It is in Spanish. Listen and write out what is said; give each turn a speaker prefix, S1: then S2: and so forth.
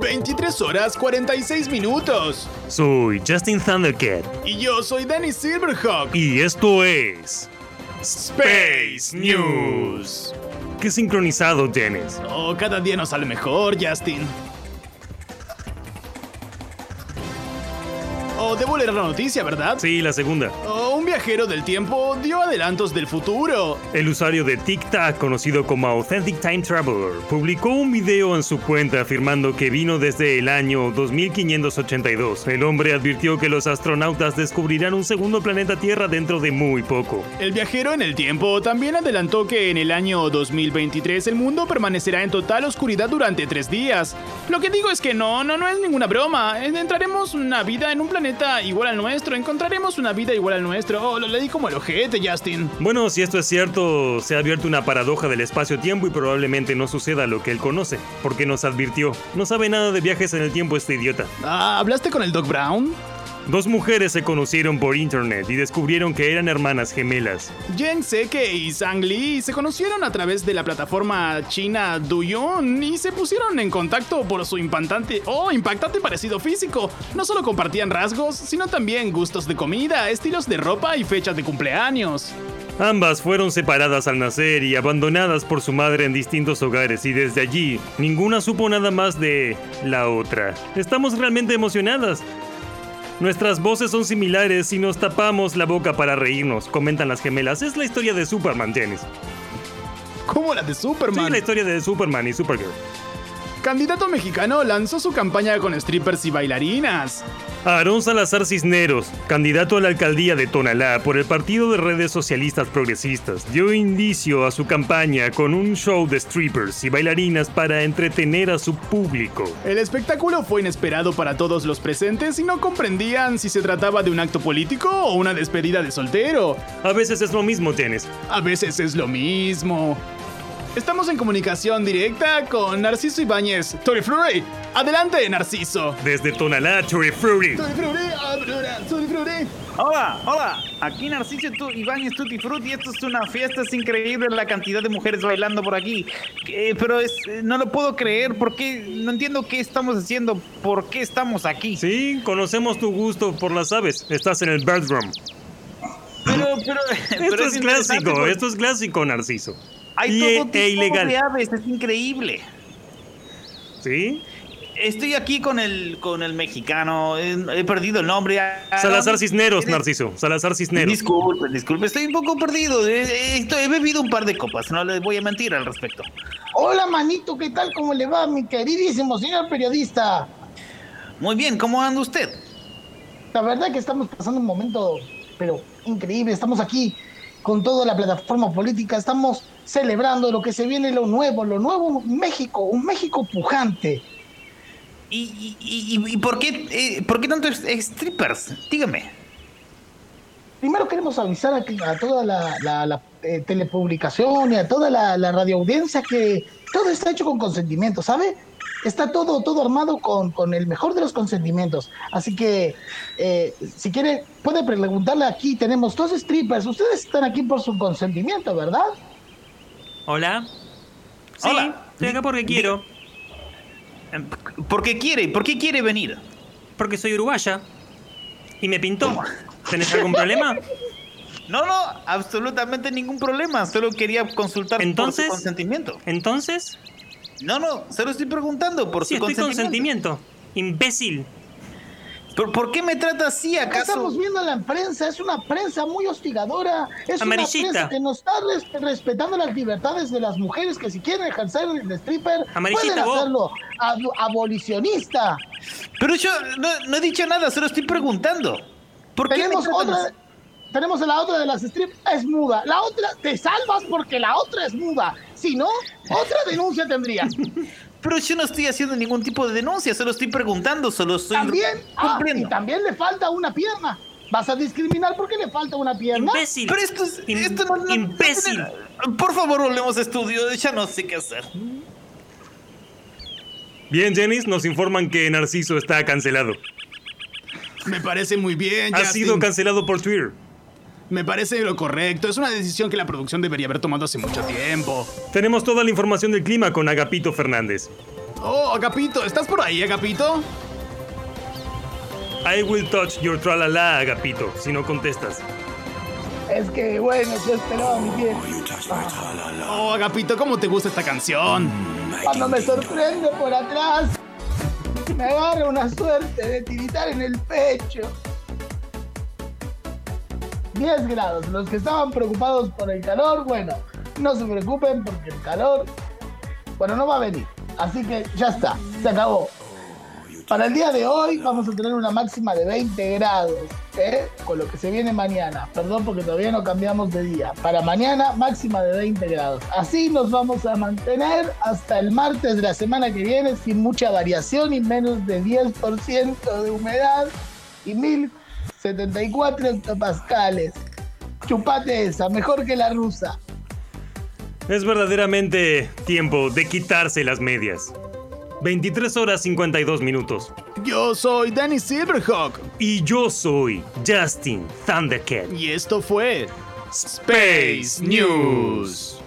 S1: 23 horas 46 minutos.
S2: Soy Justin Thundercat
S1: Y yo soy Danny Silverhawk.
S2: y esto es
S1: Space News.
S2: Qué sincronizado tienes.
S1: Oh, cada día nos sale mejor, Justin. Oh, debo leer la noticia, ¿verdad?
S2: Sí, la segunda.
S1: Oh, un viajero del tiempo dio adelantos del futuro.
S2: El usuario de TikTok, conocido como Authentic Time Traveler, publicó un video en su cuenta afirmando que vino desde el año 2582. El hombre advirtió que los astronautas descubrirán un segundo planeta Tierra dentro de muy poco.
S1: El viajero en el tiempo también adelantó que en el año 2023 el mundo permanecerá en total oscuridad durante tres días. Lo que digo es que no, no, no es ninguna broma. Eh, Entraremos una vida en un planeta igual al nuestro. Encontraremos una vida igual al nuestro. Oh, lo leí como el ojete, Justin.
S2: Bueno, si esto es cierto, se ha abierto una paradoja del espacio-tiempo y probablemente no suceda lo que él conoce, porque nos advirtió. No sabe nada de viajes en el tiempo este idiota.
S1: Ah, ¿hablaste con el Doc Brown?
S2: Dos mujeres se conocieron por internet y descubrieron que eran hermanas gemelas.
S1: Jen Seke y Zhang Li se conocieron a través de la plataforma china Douyin y se pusieron en contacto por su impactante oh, impactante parecido físico. No solo compartían rasgos, sino también gustos de comida, estilos de ropa y fechas de cumpleaños.
S2: Ambas fueron separadas al nacer y abandonadas por su madre en distintos hogares y desde allí ninguna supo nada más de la otra. Estamos realmente emocionadas. Nuestras voces son similares y nos tapamos la boca para reírnos, comentan las gemelas. Es la historia de Superman, Janice.
S1: Como la de
S2: Sí,
S1: Superman.
S2: la historia de Superman y Supergirl.
S1: Candidato mexicano lanzó su campaña con strippers y bailarinas.
S2: Aarón Salazar Cisneros, candidato a la alcaldía de Tonalá por el Partido de Redes Socialistas Progresistas, dio indicio a su campaña con un show de strippers y bailarinas para entretener a su público.
S1: El espectáculo fue inesperado para todos los presentes y no comprendían si se trataba de un acto político o una despedida de soltero.
S2: A veces es lo mismo, Tienes.
S1: A veces es lo mismo. Estamos en comunicación directa con Narciso Ibáñez. Tori Flurry, adelante, Narciso.
S2: Desde Tonalá, Tori Fruity.
S1: Tori Flurry, abrura, Tori Flurry.
S3: Hola, hola. Aquí Narciso tu, Ibáñez Tutti Frutti. Esto es una fiesta. Es increíble la cantidad de mujeres bailando por aquí. Eh, pero es, eh, no lo puedo creer. ¿Por qué? No entiendo qué estamos haciendo. ¿Por qué estamos aquí?
S2: Sí, conocemos tu gusto por las aves. Estás en el bedroom.
S3: Pero, pero,
S2: Esto es, clásico,
S3: interesante
S2: esto es clásico, Narciso.
S3: porque Hay
S2: y
S3: todo
S2: e-
S3: tipo
S2: e ilegal.
S3: de aves. Es increíble.
S2: ¿Sí?
S3: Estoy aquí con el, con el mexicano. eh, He perdido el nombre. Aaron.
S2: Salazar Cisneros,
S3: ¿Eres-
S2: Narciso. Salazar Cisneros.
S3: Disculpe, disculpe, estoy un poco perdido. eh, eh, estoy- he bebido un par de copas, no les voy a mentir al respecto.
S4: Hola, manito, ¿qué tal? ¿Cómo le va, mi queridísimo señor periodista?
S3: Muy bien, ¿cómo anda usted?
S4: La verdad que estamos pasando un momento, pero increíble. Estamos aquí con toda la plataforma política. Estamos celebrando lo que se viene, lo nuevo, lo nuevo México, un México pujante.
S3: ¿Y, y, y- y por, qué, eh, por qué tanto es- strippers? Dígame.
S4: Primero queremos avisar a, a toda la, la- la, eh, telepublicación y a toda la, la radioaudiencia que todo está hecho con consentimiento, ¿sabe? Está todo, todo armado con, con el mejor de los consentimientos. Así que, eh, si quiere, puede preguntarle aquí. Tenemos dos strippers. Ustedes están aquí por su consentimiento, ¿verdad?
S5: Hola. Sí,
S3: Hola.
S5: estoy acá porque
S3: Di-
S5: quiero.
S3: Eh, p- ¿Por qué quiere? ¿Por qué quiere venir?
S5: Porque soy uruguaya. Y me pintó. ¿Tenés algún problema?
S3: No, no, absolutamente ningún problema. Solo quería consultar
S5: Entonces-
S3: por su consentimiento.
S5: Entonces,
S3: No, no, solo estoy preguntando por
S5: sí,
S3: su
S5: estoy
S3: consentimiento.
S5: consentimiento. Imbécil.
S3: ¿Por, por qué me trata así
S4: Acá estamos
S3: acaso?
S4: viendo la prensa. Es una prensa muy hostigadora. Es
S5: Amarillita.
S4: una prensa que no está res- respetando las libertades de las mujeres que si quieren ejercer el stripper,
S5: Amarillita,
S4: pueden
S5: vos.
S4: hacerlo. Ab- abolicionista.
S3: Pero yo no, no he dicho nada, solo estoy preguntando. ¿Por qué me
S4: tenemos
S3: tratan
S4: otra
S3: así?
S4: tenemos a la otra de las strips es muda la otra te salvas porque la otra es muda si no otra denuncia tendrías
S3: Pero yo no estoy haciendo ningún tipo de denuncia, solo estoy preguntando, solo estoy
S4: también ah, y
S3: cumpliendo.
S4: también le falta una pierna vas a discriminar porque le falta una pierna
S5: Imbécil.
S3: Pero esto es.
S5: Im-
S3: esto no- no- no tiene-
S5: imbécil.
S3: por favor, volvemos a estudio, ya no sé qué hacer.
S2: Bien, Janice, nos informan que Narciso está cancelado.
S1: Me parece muy bien,
S2: Ha
S1: Justin.
S2: sido cancelado por Twitter.
S1: Me parece lo correcto. Es una decisión que la producción debería haber tomado hace mucho tiempo.
S2: Tenemos toda la información del clima con Agapito Fernández.
S1: Oh, Agapito, ¿estás por ahí, Agapito?
S2: I will touch your tralala, Agapito, si no contestas.
S4: Es que, bueno, yo esperaba mi bien.
S1: Oh, Agapito, ¿cómo te gusta esta canción?
S4: Cuando me sorprende por atrás, me agarra una suerte de tiritar en el pecho. 10 grados. Los que estaban preocupados por el calor, bueno, no se preocupen porque el calor, bueno, no va a venir. Así que ya está, se acabó. Para el día de hoy vamos a tener una máxima de 20 grados, ¿eh? con lo que se viene mañana. Perdón porque todavía no cambiamos de día. Para mañana máxima de 20 grados. Así nos vamos a mantener hasta el martes de la semana que viene sin mucha variación y menos de 10% de humedad y 1074 hectopascales. Chupate esa, mejor que la rusa.
S2: Es verdaderamente tiempo de quitarse las medias. 23 horas 52 minutos.
S1: Yo soy Danny Silverhawk
S2: Y yo soy Justin Thundercat.
S1: y esto fue Space News.